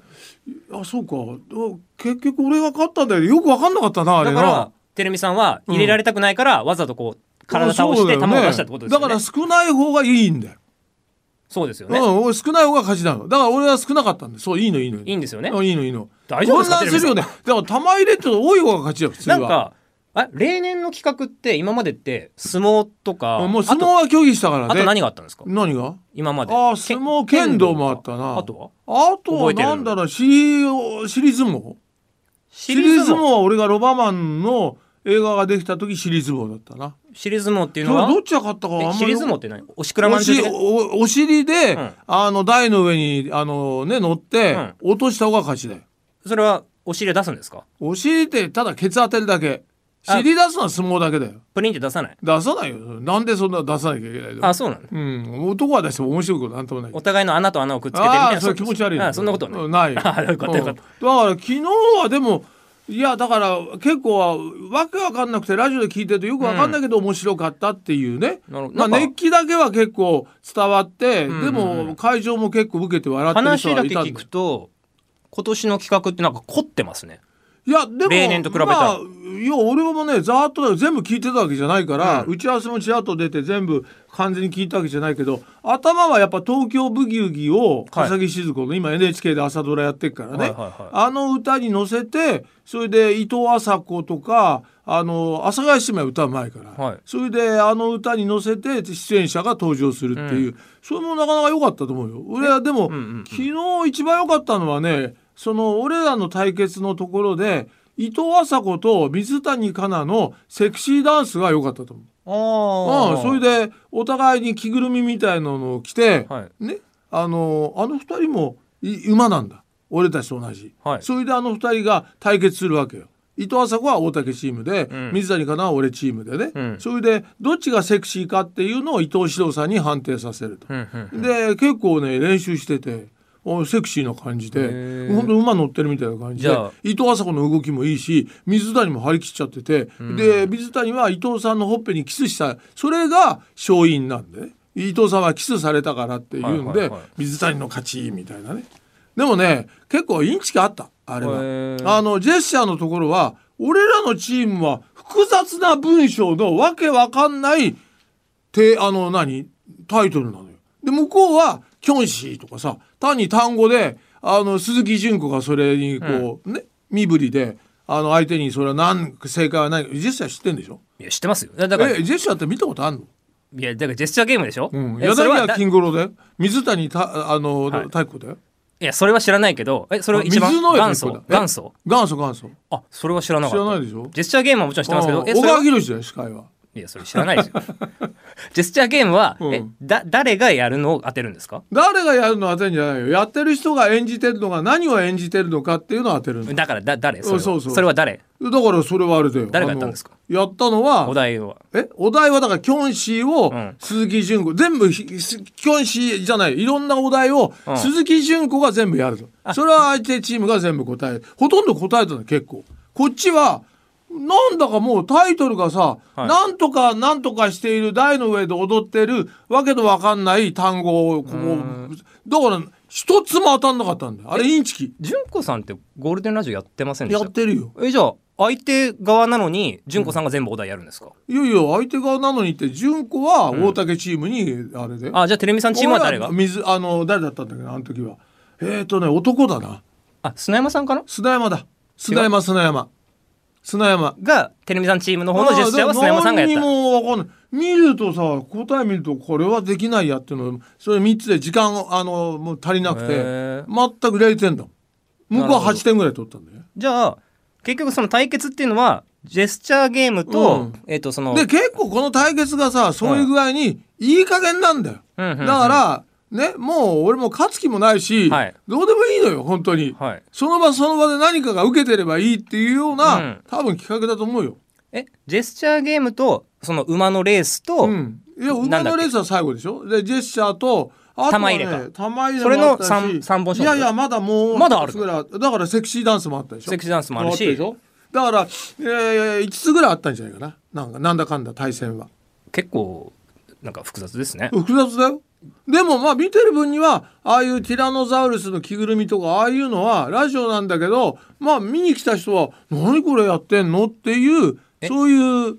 Speaker 2: あそうかあ結局俺が勝ったんだけどよく分かんなかったなあれ
Speaker 3: だか
Speaker 2: な
Speaker 3: らてるみさんは入れられたくないから、わざとこう体倒して球を出したってことですよね
Speaker 2: だから少ない方がいいんだよ、
Speaker 3: そうですよね、
Speaker 2: うん俺少ない方が勝ちなのだから俺は少なかったんでそういいのいいのい
Speaker 3: いいんですよね
Speaker 2: うんいいのいいの
Speaker 3: 大丈夫ですか
Speaker 2: 混乱するよねだから玉入れって多い方が勝ちよ普通
Speaker 3: な
Speaker 2: は
Speaker 3: んかあ例年の企画って今までって相撲とか
Speaker 2: もう
Speaker 3: あ
Speaker 2: 相撲
Speaker 3: と
Speaker 2: は競技したからね
Speaker 3: あと何があったんですか
Speaker 2: 何が
Speaker 3: 今まで
Speaker 2: ああ
Speaker 3: け
Speaker 2: 相撲剣道もあったな
Speaker 3: あとは
Speaker 2: あと
Speaker 3: 覚
Speaker 2: は
Speaker 3: えてる
Speaker 2: なんだろうシリーシリーズも
Speaker 3: シ
Speaker 2: シリ
Speaker 3: リ
Speaker 2: ー
Speaker 3: ー
Speaker 2: ズ
Speaker 3: ズも
Speaker 2: もは俺がロバマンの映画ができた時シリーズもだったな
Speaker 3: シリーズもっていうの
Speaker 2: ど
Speaker 3: は
Speaker 2: どっちが勝ったかは
Speaker 3: え
Speaker 2: あんまり
Speaker 3: シリーズもって何おしくらまん
Speaker 2: お
Speaker 3: じゅう
Speaker 2: し
Speaker 3: 的な
Speaker 2: おお尻で、
Speaker 3: うん
Speaker 2: あの台の上にあのね乗って、落とした方が勝ちだよ
Speaker 3: それはお尻を出すんですか
Speaker 2: お尻ってただケツ当てるだけ
Speaker 3: あ
Speaker 2: 尻出すのは相撲だけだよ
Speaker 3: プリンって出さない
Speaker 2: 出さないよなんでそんな出さなきゃいけないの
Speaker 3: あそうなんだ
Speaker 2: うん男は出しても面白いことなんともない
Speaker 3: お互いの穴と穴をくっつけてみたい
Speaker 2: ああ
Speaker 3: な
Speaker 2: ーそう気持ち悪い
Speaker 3: あ
Speaker 2: ね
Speaker 3: そんなことはない、
Speaker 2: うんな い
Speaker 3: あーよかったよかった
Speaker 2: うんだから昨日はでもいやだから結構はわけわかんなくてラジオで聞いてるとよくわかんないけど面白かったっていうね、
Speaker 3: なるほど
Speaker 2: まあ、
Speaker 3: なんか
Speaker 2: 熱気だけは結構伝わって、
Speaker 3: ん
Speaker 2: でも会場も結構受けて笑ってる人
Speaker 3: 話
Speaker 2: は
Speaker 3: だ
Speaker 2: い
Speaker 3: け
Speaker 2: たん
Speaker 3: 聞くと今年の企画ってなんか凝ってますね
Speaker 2: いやでも
Speaker 3: 例年と比べたら
Speaker 2: まあ、いや俺もねざーっとだけど全部聞いてたわけじゃないから、
Speaker 3: う
Speaker 2: 打ち合わせもちらっと出て全部完全に聞いたわけじゃないけど頭はやっぱ「東京ブギウギ」を
Speaker 3: はい
Speaker 2: 笠木静子の今 NHK で朝ドラやってるからね、
Speaker 3: はいはいはい
Speaker 2: あの歌に乗せてそれで伊藤麻子とかあの阿佐ヶ谷姉妹歌う前から、
Speaker 3: はい
Speaker 2: それであの歌に乗せて出演者が登場するっていう、それもなかなか良かったと思うよ。俺はでも、
Speaker 3: うんうんうん
Speaker 2: 昨日一番良かったのはねその俺らの対決のところで伊藤麻子と水谷香奈のセクシーダンスが良かったと思う。
Speaker 3: あ
Speaker 2: うんそれでお互いに着ぐるみみたいなのを着て、
Speaker 3: はい
Speaker 2: ねあのあの二人もい馬なんだ俺たちと同じ、
Speaker 3: はい
Speaker 2: それであの二人が対決するわけよ伊藤麻子は大竹チームで、
Speaker 3: うん
Speaker 2: 水谷香奈は俺チームでね、
Speaker 3: うん
Speaker 2: それでどっちがセクシーかっていうのを伊藤四郎さんに判定させると。
Speaker 3: うんうん
Speaker 2: で結構ね練習してておセクシーな感じで
Speaker 3: ー
Speaker 2: 本当馬乗ってるみたいな感じで
Speaker 3: じゃあ
Speaker 2: 伊藤麻子の動きもいいし水谷も張り切っちゃってて、で水谷は伊藤さんのほっぺにキスしたそれが勝因なんでね伊藤さんはキスされたからっていうんで、
Speaker 3: はいはいはい
Speaker 2: 水谷の勝ちみたいなねでもね結構インチキあったあれは
Speaker 3: へー
Speaker 2: あのジェスチャーのところは俺らのチームは複雑な文章のわけわかんないてあの何タイトルなのよ。で向こうはキョンシーとかさ単に単語であの鈴木純子がそれにこう、ね身振りであの相手にそれは何正解は何ジェスチャー知ってんでしょ
Speaker 3: いや知ってますよだからい
Speaker 2: えジェスチャーって見たことあんの
Speaker 3: やだからジェスチャーゲームでしょ、
Speaker 2: うん、
Speaker 3: え
Speaker 2: 柳
Speaker 3: それは
Speaker 2: 家
Speaker 3: だ
Speaker 2: 金五郎で水谷たあの、
Speaker 3: はい
Speaker 2: 太鼓だよ
Speaker 3: いやそれは知らないけどえそれは一番
Speaker 2: 水野家
Speaker 3: 元
Speaker 2: 太鼓
Speaker 3: 祖
Speaker 2: だえ
Speaker 3: 元祖
Speaker 2: 元祖元祖
Speaker 3: あそれは知らな
Speaker 2: 知
Speaker 3: かった
Speaker 2: らないでしょ
Speaker 3: ジェスチャーゲームはもちろん知ってますけ
Speaker 2: う
Speaker 3: ど
Speaker 2: ん
Speaker 3: え
Speaker 2: 小
Speaker 3: それは
Speaker 2: 川博だよ司会はい
Speaker 3: やそれ知らないですよ ジェスチャーゲームは、
Speaker 2: うん
Speaker 3: えだ誰がやるのを当てるんですか
Speaker 2: 誰がやるのは当てるんじゃないよやってる人が演じてるのが何を演じてるのかっていうのを当てるんだ
Speaker 3: だからだ誰それは
Speaker 2: そうそう
Speaker 3: れは誰
Speaker 2: だからそれはあれだよ
Speaker 3: 誰がやったんですか
Speaker 2: あのやったのは
Speaker 3: お題は
Speaker 2: えお題はだからキョンシーを
Speaker 3: うん
Speaker 2: 鈴木純子、全部ひすキョンシーじゃないいろんなお題を
Speaker 3: うん
Speaker 2: 鈴木純子が全部やると、それは相手チームが全部答えるほとんど答えたの結構こっちはなんだかもうタイトルがさ、
Speaker 3: はい
Speaker 2: なんとかなんとかしている台の上で踊ってるわけのわかんない単語をこうだから一つも当たんなかったんだよあれインチキ
Speaker 3: 純子さんってゴールデンラジオやってませんで
Speaker 2: や
Speaker 3: し
Speaker 2: ったてるよ
Speaker 3: えじゃあ相手側なのに純子さんが全部お題やるんですか、
Speaker 2: いやいや相手側なのにって純子は大竹チームにあれで、
Speaker 3: あじゃあテレミさんチームは誰が
Speaker 2: 俺水あの誰だったんだけどあの時はえっ、ー、とね男だな
Speaker 3: あ砂山さんかな
Speaker 2: 砂山だ砂山砂山砂山
Speaker 3: がテレミさんチームの方のジェスチャーは砂山さんがやっ
Speaker 2: 何
Speaker 3: た
Speaker 2: にもわかんない見るとさ答え見るとこれはできないやっていうのそれ3つで時間あのもう足りなく
Speaker 3: へ
Speaker 2: て
Speaker 3: ー
Speaker 2: 全く0点だもん向こう
Speaker 3: な
Speaker 2: は
Speaker 3: るほど
Speaker 2: 8点ぐらい取ったんだよね
Speaker 3: じゃあ結局その対決っていうのはジェスチャーゲームと、
Speaker 2: うん
Speaker 3: えっ、とその
Speaker 2: で結構この対決がさそういう具合にいい加減なんだよ、
Speaker 3: うんうんうん
Speaker 2: だからねもう俺も勝つ気もないし、
Speaker 3: はい
Speaker 2: どうでもいいのよ本当に、
Speaker 3: はい
Speaker 2: その場その場で何かが受けてればいいっていうような、
Speaker 3: うん
Speaker 2: 多分企画だと思うよ。
Speaker 3: えジェスチャーゲームとその馬のレースと、
Speaker 2: うん、いや
Speaker 3: な
Speaker 2: 馬
Speaker 3: んだっ
Speaker 2: の
Speaker 3: け
Speaker 2: レースは最後でしょでジェスチャーとあとは、
Speaker 3: 玉
Speaker 2: ね、
Speaker 3: 入れか
Speaker 2: 玉入れ
Speaker 3: それの
Speaker 2: もあったし
Speaker 3: 三三本勝負
Speaker 2: いやいやまだもう
Speaker 3: まだある
Speaker 2: 一つぐらいっただからセクシーダンスもあったでしょ
Speaker 3: セクシーダンスもあるし
Speaker 2: ったでょだから、え5つぐらいあったんじゃないかななんかなんだかんだ対戦は。
Speaker 3: 結構なんか複雑ですね、
Speaker 2: 複雑だよでもまあ見てる分にはああいうティラノザウルスの着ぐるみとかああいうのはラジオなんだけどまあ見に来た人は「何これやってんの?」っていう
Speaker 3: え
Speaker 2: そういう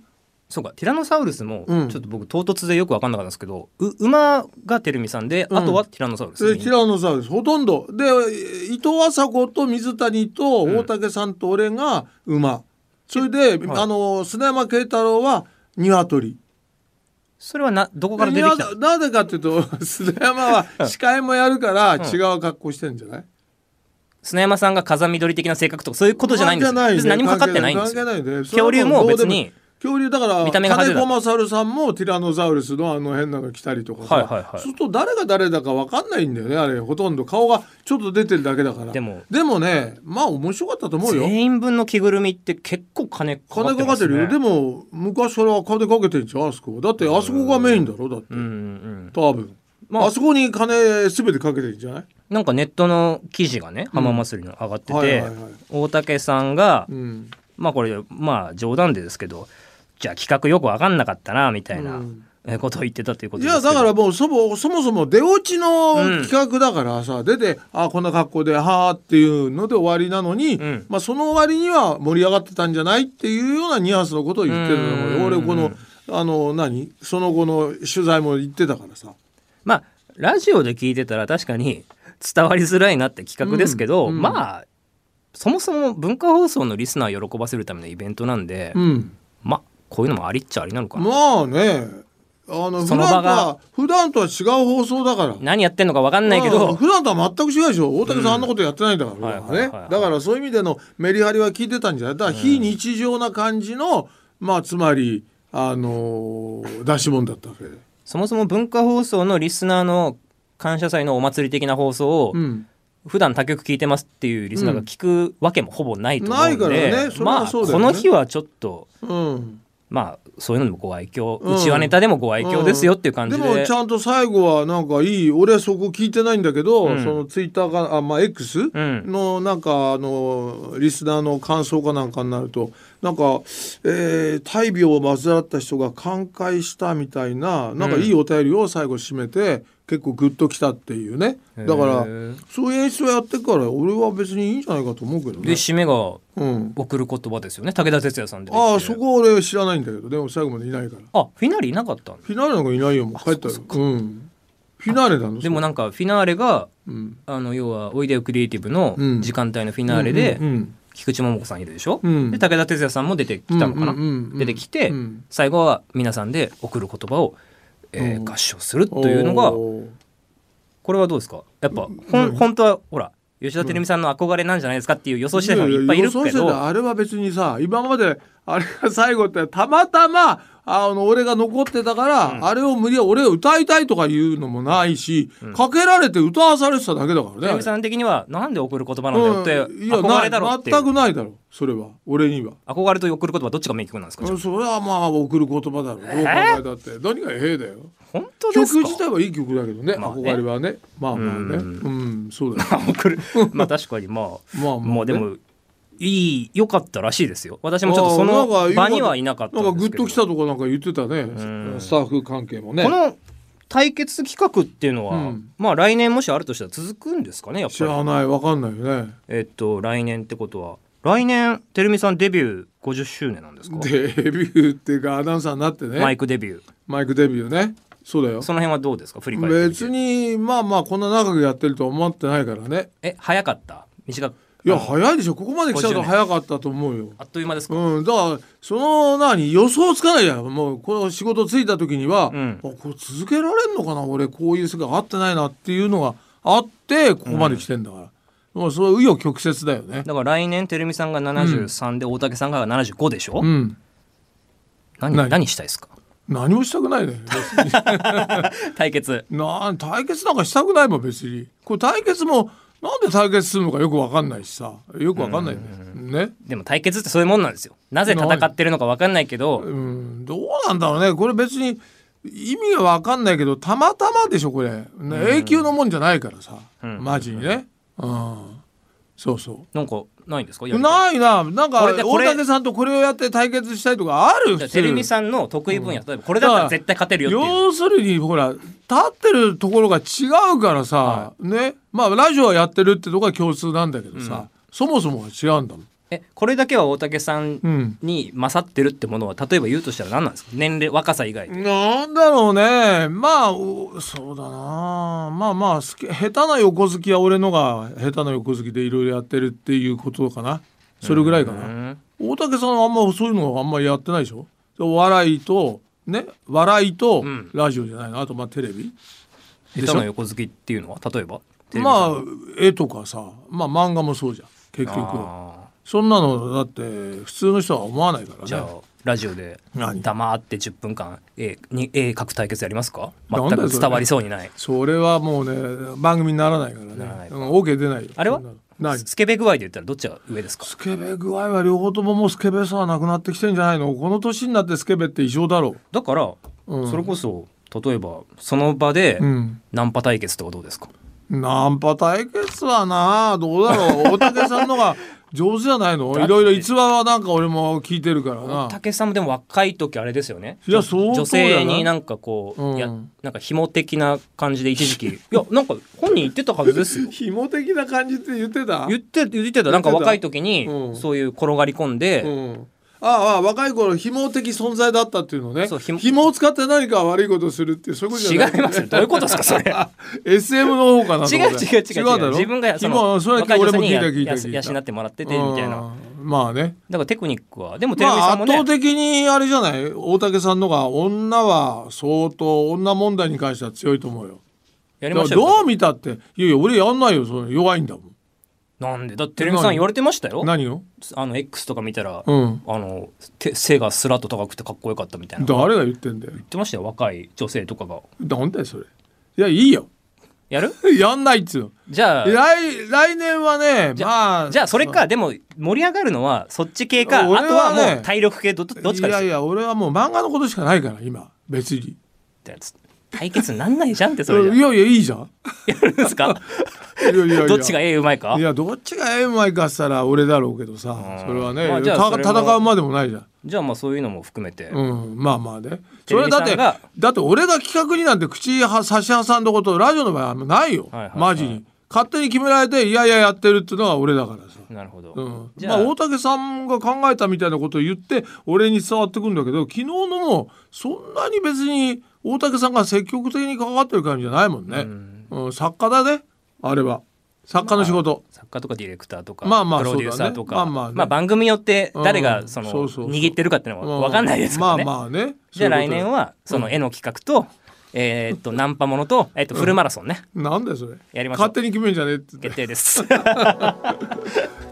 Speaker 3: そうかティラノサウルスもち
Speaker 2: う
Speaker 3: ょ
Speaker 2: ん
Speaker 3: っと僕唐突でよく分かんなかったんですけど、う馬がテルミさんで、
Speaker 2: うん
Speaker 3: あとはティラノサウルス
Speaker 2: えティラノザウルスほとんどで伊藤麻子と水谷と
Speaker 3: ん
Speaker 2: 大竹さんと俺が馬、それで、
Speaker 3: はい
Speaker 2: あの砂山慶太郎は鶏。
Speaker 3: それはなどこから出てきた
Speaker 2: ななぜかっていうと 砂山は司会もやるから
Speaker 3: ん
Speaker 2: 違う格好してんじゃない、
Speaker 3: 砂山さんが風見鶏的な性格とかそういうことじゃないんですよ
Speaker 2: 関係ね
Speaker 3: 別に何もかかってないんですよ
Speaker 2: 関係ないね
Speaker 3: 恐竜も別に
Speaker 2: 恐竜だから
Speaker 3: 見た目が派手だ
Speaker 2: 金子勝さんもティラノザウルスのあの変なの着たりとかさ、
Speaker 3: はいはいはい
Speaker 2: すると誰が誰だか分かんないんだよねあれほとんど顔がちょっと出てるだけだから
Speaker 3: でも
Speaker 2: ねまあ面白かったと思うよ
Speaker 3: 全員分の着ぐるみって結構金かかっ
Speaker 2: 金
Speaker 3: て
Speaker 2: かか
Speaker 3: ま
Speaker 2: って
Speaker 3: す
Speaker 2: るよ、
Speaker 3: ね
Speaker 2: でも昔から金かけてんじゃんあそこだってあそこがメインだろだって、
Speaker 3: うんうんうん
Speaker 2: 多分、
Speaker 3: まあ
Speaker 2: あそこに金全てかけてんじゃない
Speaker 3: なんかネットの記事がね浜祭りの上がって
Speaker 2: はい
Speaker 3: て
Speaker 2: はいはい
Speaker 3: 大竹さんが
Speaker 2: うん
Speaker 3: まあこれまあ冗談でですけどじゃあ企画よく分かんなかったなみたいうなんえことを言ってたということ
Speaker 2: い
Speaker 3: ですけ
Speaker 2: や
Speaker 3: ど
Speaker 2: だからもうそもそもそも出落ちの
Speaker 3: うん
Speaker 2: 企画だからさ、出てあこんな格好ではーっていうので終わりなのに、
Speaker 3: ん
Speaker 2: まあ、その割には盛り上がってたんじゃないっていうようなニュアンスのことを言ってる
Speaker 3: う
Speaker 2: の
Speaker 3: ん
Speaker 2: 俺このあの何その後の取材も言ってたからさ。
Speaker 3: まあラジオで聞いてたら確かに伝わりづらいなって企画ですけど、
Speaker 2: うんうん
Speaker 3: まあそもそも文化放送のリスナーを喜ばせるためのイベントなんで、
Speaker 2: うん
Speaker 3: まあこういうのもありっちゃありなのかな、
Speaker 2: まあねあの
Speaker 3: そ
Speaker 2: 普
Speaker 3: の場
Speaker 2: 段とは
Speaker 3: が
Speaker 2: 普段とは違う放送だから。
Speaker 3: 何やってんのか分かんないけ
Speaker 2: ああ
Speaker 3: ど
Speaker 2: 普段とは全く違うでしょ大竹さんあんなことやってないんだから、
Speaker 3: はいはい
Speaker 2: 俺はね
Speaker 3: はいはい
Speaker 2: だからそういう意味でのメリハリは効いてたんじゃないだから非日常な感じの、まあつまりあのー出し物だったわけで、
Speaker 3: そもそも文化放送のリスナーの感謝祭のお祭り的な放送を、
Speaker 2: うん、
Speaker 3: 普段他局聞いてますっていうリスナーが聞くわけもほぼないと思うんで、
Speaker 2: うんないからねそれ
Speaker 3: ま
Speaker 2: は
Speaker 3: あ
Speaker 2: そうだよ
Speaker 3: この
Speaker 2: ね
Speaker 3: 日はちょっと
Speaker 2: うん、
Speaker 3: まあそういうのもご愛嬌、
Speaker 2: うん
Speaker 3: うちわネタでもご愛嬌ですよっていう感じで、
Speaker 2: うんもちゃんと最後はなんかいい俺そこ聞いてないんだけど、
Speaker 3: うん
Speaker 2: そのツイッターがあまあ X
Speaker 3: ん
Speaker 2: のなんかあのリスナーの感想かなんかになるとなんか、えー大病を患った人が寛解したみたいななんかいいお便りを最後締めて、結構グッときたっていうねだか
Speaker 3: へ
Speaker 2: ら
Speaker 3: ー
Speaker 2: そういう演出をやってから俺は別にいいんじゃないかと思うけど
Speaker 3: で
Speaker 2: ね、
Speaker 3: 締めが
Speaker 2: うん、
Speaker 3: 送る言葉ですよね武田鉄矢さんで
Speaker 2: ああそこは俺知らないんだけどでも最後までいないから
Speaker 3: あフィナーレいなかったんだ
Speaker 2: フィナーレなんかいないよもう帰ったようんフィナーレなの
Speaker 3: でもなんかフィナーレが
Speaker 2: うん
Speaker 3: あの要は「おいでよクリエイティブ」の
Speaker 2: うん
Speaker 3: 時間帯のフィナーレで
Speaker 2: うん
Speaker 3: 菊池桃子さんいるでしょ、
Speaker 2: うん
Speaker 3: で武田鉄矢さんも出てきたのかな、
Speaker 2: うんうんうん
Speaker 3: 出てきて、
Speaker 2: うん
Speaker 3: 最後は皆さんで送る言葉を、えー
Speaker 2: うん
Speaker 3: 合唱するというのが
Speaker 2: おー
Speaker 3: これはどうですかやっぱほん、本当はほら吉田照美さんの憧れなんじゃないですかっていう予想してる人もいっぱいいる
Speaker 2: や
Speaker 3: け
Speaker 2: や予想して
Speaker 3: ど
Speaker 2: たあれは別にさ今まであれが最後ってたまたまあの俺が残ってたから、あれを無理やり俺が歌いたいとかいうのもないし、かけられて歌わされてただけだからね。
Speaker 3: 照美さん的にはなんで送る言葉なんだよって
Speaker 2: うんいや
Speaker 3: 憧れだろ
Speaker 2: な
Speaker 3: うっていう
Speaker 2: 全くないだろそれは俺には。
Speaker 3: 憧れと送る言葉どっちが名曲なんですかじゃあ
Speaker 2: それはまあ送る言葉だろどう考えたって、何が「へえ」だよ
Speaker 3: 本当です
Speaker 2: 曲
Speaker 3: か
Speaker 2: 自体はいい曲だけどね,、
Speaker 3: まあね
Speaker 2: 憧れはねまあまあねうんそうだよ
Speaker 3: 送るまあ確かにまあ
Speaker 2: まあまあね
Speaker 3: もうでもいい良かったらしいですよ私もちょっとその場にはいなかったん
Speaker 2: な
Speaker 3: で
Speaker 2: んかグ
Speaker 3: す
Speaker 2: ッ
Speaker 3: けど
Speaker 2: ときたとかなんか言ってたね
Speaker 3: ん
Speaker 2: スタッフ関係もね
Speaker 3: この対決企画っていうのは、
Speaker 2: うん
Speaker 3: まあ来年もしあるとしたら続くんですかねやっ
Speaker 2: 知
Speaker 3: ぱり
Speaker 2: らないわかんないよね
Speaker 3: えっと来年ってことは来年てるみさんデビュー50周年なんですか
Speaker 2: デビューっていうかアナウンサーになってね
Speaker 3: マ
Speaker 2: マ
Speaker 3: イ
Speaker 2: イ
Speaker 3: クデビュー
Speaker 2: クデビューねそうだよ
Speaker 3: その辺はどうですか振り返ってみて
Speaker 2: 別にまあまあこんな長くやってるとは思ってないからね
Speaker 3: え早かった短く
Speaker 2: いや
Speaker 3: あの
Speaker 2: 早いでしょここまで来ちゃう
Speaker 3: 50
Speaker 2: と
Speaker 3: 年
Speaker 2: 早かったと思うよ
Speaker 3: あっという間ですか、
Speaker 2: うん、だからその何予想つかないじゃんもうこの仕事ついた時には、
Speaker 3: ん
Speaker 2: あこれ続けられんのかな俺こういう世界合ってないなっていうのがあってここまで来てんだから、もうそれ紆余曲折だよね。
Speaker 3: だから来年てるみさんが73で、大竹さんが75でしょ、
Speaker 2: うん
Speaker 3: 何
Speaker 2: 何
Speaker 3: 何したいですか
Speaker 2: 何もしたくないね別に
Speaker 3: 対決
Speaker 2: な対決なんかしたくないもん別にこれ対決もなんで対決するのかよくわかんないしさよくわかんないね,、ね
Speaker 3: でも対決ってそういうもんなんですよなぜ戦ってるのか分かんないけど
Speaker 2: うんどうなんだろうねこれ別に意味がわかんないけどたまたまでしょこれ、ね永久のもんじゃないからさ、マジにね、うん、そうそ
Speaker 3: なんかないんですかや
Speaker 2: う
Speaker 3: りたい
Speaker 2: ないななんか
Speaker 3: これでこれ
Speaker 2: 大竹さんとこれをやって対決したいとかある
Speaker 3: じゃ
Speaker 2: 普
Speaker 3: あてる
Speaker 2: 通
Speaker 3: みさんの得意分野、例えばこれだったら絶対勝てるよっていう
Speaker 2: 要するにほら立ってるところが違うからさ、ねまあラジオはやってるってとこは共通なんだけどさ、そもそもが違うんだもん
Speaker 3: えこれだけは大竹さ
Speaker 2: うんん
Speaker 3: に勝ってるってものは例えば言うとしたら何なんですか年齢若さ以外
Speaker 2: なんだろうねまあおそうだなまあまあ好き下手な横好きは俺のが下手な横好きでいろいろやってるっていうことかなそれぐらいかな、
Speaker 3: ん
Speaker 2: 大竹さんはあんまそういうのはあんまやってないでしょお笑いとね笑いと
Speaker 3: ん
Speaker 2: ラジオじゃないのあとまあテレビ
Speaker 3: 下手な横好きっていうのは例えば
Speaker 2: ま
Speaker 3: あ
Speaker 2: あ絵とかさまあ漫画もそうじゃん結局は
Speaker 3: あ
Speaker 2: そんなのだって普通の人は思わないからね
Speaker 3: ーじゃあラジオで
Speaker 2: 何
Speaker 3: 黙って10分間絵に絵描く対決やりますか
Speaker 2: なん
Speaker 3: 全
Speaker 2: だよ
Speaker 3: く
Speaker 2: それ
Speaker 3: 伝わりそうにない
Speaker 2: それはもうね番組にならないからね
Speaker 3: ならないか
Speaker 2: うん OK 出ないよ
Speaker 3: あれは
Speaker 2: そんなのない
Speaker 3: スケベ具合で言ったらどっちが上ですか
Speaker 2: スケベ具合は両方とももうスケベさはなくなってきてんじゃないのこの年になってスケベって異常だろ
Speaker 3: だから、
Speaker 2: うん
Speaker 3: それこそ例えばその場で
Speaker 2: う。うん。
Speaker 3: ナンパ対決とかどうですか、
Speaker 2: ナンパ対決はなどうだろ う大竹さんのが上手じゃないのいろいろ逸話はなんか俺も聞いてるからな。
Speaker 3: 竹さんもでも若い時あれですよね
Speaker 2: いや
Speaker 3: 女
Speaker 2: 相当
Speaker 3: 女
Speaker 2: だ
Speaker 3: 性
Speaker 2: な
Speaker 3: になんかこう、
Speaker 2: うん
Speaker 3: やなんか紐的な感じで一時期いやなんか本人言ってたはずですよ
Speaker 2: 紐的な感じ って言ってた
Speaker 3: 言って言ってたなんか若い時に、
Speaker 2: うん
Speaker 3: そういう転がり込んで、
Speaker 2: うん。ああ若い頃紐的存在だったっていうのね
Speaker 3: そう紐
Speaker 2: 紐を使って何か悪いことをするっていうそういうこと
Speaker 3: 違
Speaker 2: じ
Speaker 3: い
Speaker 2: ゃない
Speaker 3: ますよどういうことですかそ れ
Speaker 2: SM の方かなと
Speaker 3: 違う
Speaker 2: 思っ
Speaker 3: 違う
Speaker 2: て
Speaker 3: 違う違う
Speaker 2: だろ
Speaker 3: 自分がそ
Speaker 2: 紐
Speaker 3: の
Speaker 2: はそれは
Speaker 3: 若い
Speaker 2: 俺
Speaker 3: 女性
Speaker 2: も
Speaker 3: に
Speaker 2: 聞い
Speaker 3: や
Speaker 2: た聞いた
Speaker 3: や
Speaker 2: 聞いた
Speaker 3: 養ってもらっててみたいな
Speaker 2: うんまあね
Speaker 3: だからテクニックはでもテレ
Speaker 2: ま
Speaker 3: ビ
Speaker 2: あ
Speaker 3: さんも
Speaker 2: 圧
Speaker 3: ね、
Speaker 2: 倒的にあれじゃない大竹さんのが女は相当女問題に関しては強いと思うよ。
Speaker 3: やり
Speaker 2: だ
Speaker 3: ま
Speaker 2: から
Speaker 3: したよ
Speaker 2: どう見たっていやいや俺やんないよそれ弱いんだもん。
Speaker 3: なんでだってテレビさん言われてましたよ
Speaker 2: 何を
Speaker 3: あの X とか見たら、
Speaker 2: うん
Speaker 3: あのて背がスラッと高くてかっこよかったみたいな言
Speaker 2: 誰が言ってんだよ。
Speaker 3: ってましたよ若い女性とかが
Speaker 2: なんだよそれ。いやいいよ。
Speaker 3: やる
Speaker 2: やんないっつうの。
Speaker 3: じゃあ
Speaker 2: 来来年はね
Speaker 3: じゃ
Speaker 2: まあ
Speaker 3: じゃあそれかでも盛り上がるのはそっち系か、
Speaker 2: 俺は
Speaker 3: あとは
Speaker 2: ね
Speaker 3: もう体力系どどっちか
Speaker 2: い
Speaker 3: で
Speaker 2: や
Speaker 3: す
Speaker 2: い
Speaker 3: よ
Speaker 2: や俺はもう漫画のことしかないから今別に。
Speaker 3: ってやつ対決になんないじゃんってそれじゃ
Speaker 2: いやいやいいじ ゃん
Speaker 3: やるんですか
Speaker 2: いやいやいや
Speaker 3: どっちが絵うまいか
Speaker 2: いやどっちがええうまいかっつったら俺だろうけどさ
Speaker 3: ん
Speaker 2: それはね、
Speaker 3: まあじゃあ
Speaker 2: た
Speaker 3: それは
Speaker 2: 戦うまでもないじゃん
Speaker 3: じゃあまあそういうのも含めて、
Speaker 2: うんまあまあね
Speaker 3: テ
Speaker 2: そ
Speaker 3: レ
Speaker 2: れは
Speaker 3: ビ
Speaker 2: だ
Speaker 3: さん
Speaker 2: って
Speaker 3: が
Speaker 2: だって俺が企画になんて口は差し挟んだことラジオの場合はあんまないよ、
Speaker 3: はいはいはい
Speaker 2: マジに勝手に決められていやいややってるっていうのは俺だからさ
Speaker 3: なるほど、
Speaker 2: うん
Speaker 3: じ
Speaker 2: ま
Speaker 3: ゃ
Speaker 2: あ
Speaker 3: あ、
Speaker 2: 大竹さんが考えたみたいなことを言って俺に伝わってくるんだけど昨日のもそんなに別に大竹さんが積極的に関わってる感じじゃないもんね、
Speaker 3: うん
Speaker 2: うん作家だねあれは作家の仕事、
Speaker 3: 作家とかディレクターとか、
Speaker 2: まあまあ
Speaker 3: プロデューサーとか、
Speaker 2: そうだねまあまあね
Speaker 3: 番組によって誰
Speaker 2: う
Speaker 3: が
Speaker 2: ん
Speaker 3: その、
Speaker 2: そうそうそう
Speaker 3: 握ってるかっていうの
Speaker 2: う
Speaker 3: は分かんないですからね、
Speaker 2: まあまあね
Speaker 3: じゃあ来年
Speaker 2: は
Speaker 3: はその絵の企画と、えーっとナンパものと,、えーっとフルマラソンね、
Speaker 2: なんだよそれ
Speaker 3: やりましょう
Speaker 2: 勝手に決めんじゃねえって言って
Speaker 3: 決定です。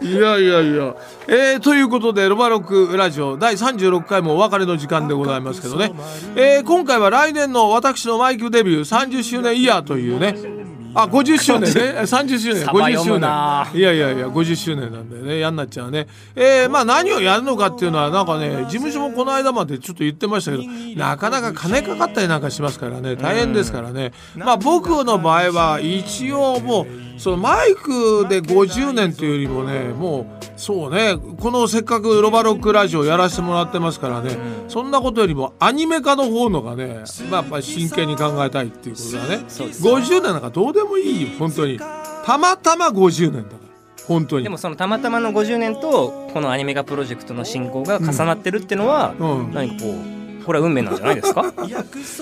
Speaker 2: いやいやいや、えーということで「ロバロックラジオ」第36回もお別れの時間でございますけどね、えー今回は来年の私のマイクデビュー30周年イヤーというねあ50周年ね30周年
Speaker 3: サバ
Speaker 2: 50
Speaker 3: 読
Speaker 2: 周
Speaker 3: むな
Speaker 2: 年いやいやいや50周年なんだよねやんなっちゃうねえーまあ何をやるのかっていうのはなんかね事務所もこの間までちょっと言ってましたけどなかなか金かかったりなんかしますからね大変ですからねまあ僕の場合は一応もうそのマイクで50年というよりもねもうそうねこのせっかく「ロバロックラジオ」やらせてもらってますからねそんなことよりもアニメ化の方のがね、まあ、やっぱり真剣に考えたいっていうことだね50年なんかどうでもいいよ本当にたまたま50年だから本当に
Speaker 3: でもそのたまたまの50年とこのアニメ化プロジェクトの進行が重なってるってのは、
Speaker 2: うん
Speaker 3: 何かこうこれは運命なんじゃないですか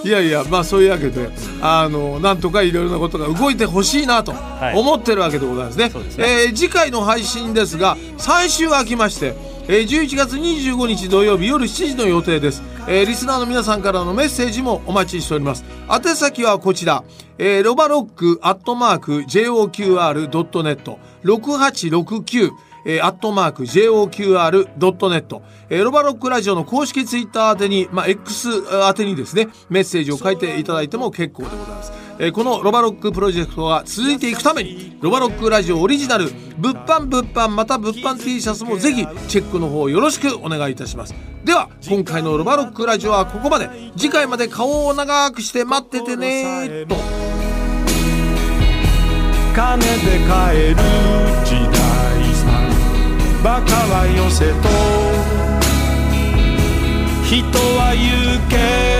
Speaker 2: いやいやまあそういうわけであのなんとかいろいろなことが動いてほしいなと
Speaker 3: い
Speaker 2: 思ってるわけでございますね,、
Speaker 3: そうですね
Speaker 2: えー次回の配信ですが最終が空きまして、えー11月25日土曜日夜7時の予定です、えーリスナーの皆さんからのメッセージもお待ちしております宛先はこちら、えーロバロックアットマーク JOQR.net 6869えー、アットマーク JOQR.net、えーロバロックラジオの公式ツイッター宛てに、まあ、X 宛てにですね、メッセージを書いていただいても結構でございます。えーこのロバロックプロジェクトが続いていくために、ロバロックラジオオリジナル、物販物販また物販 T シャツもぜひチェックの方よろしくお願いいたします。では、今回のロバロックラジオはここまで。次回まで顔を長くして待っててねーと。
Speaker 1: 金で買える時代産バカは寄せと人は言うけど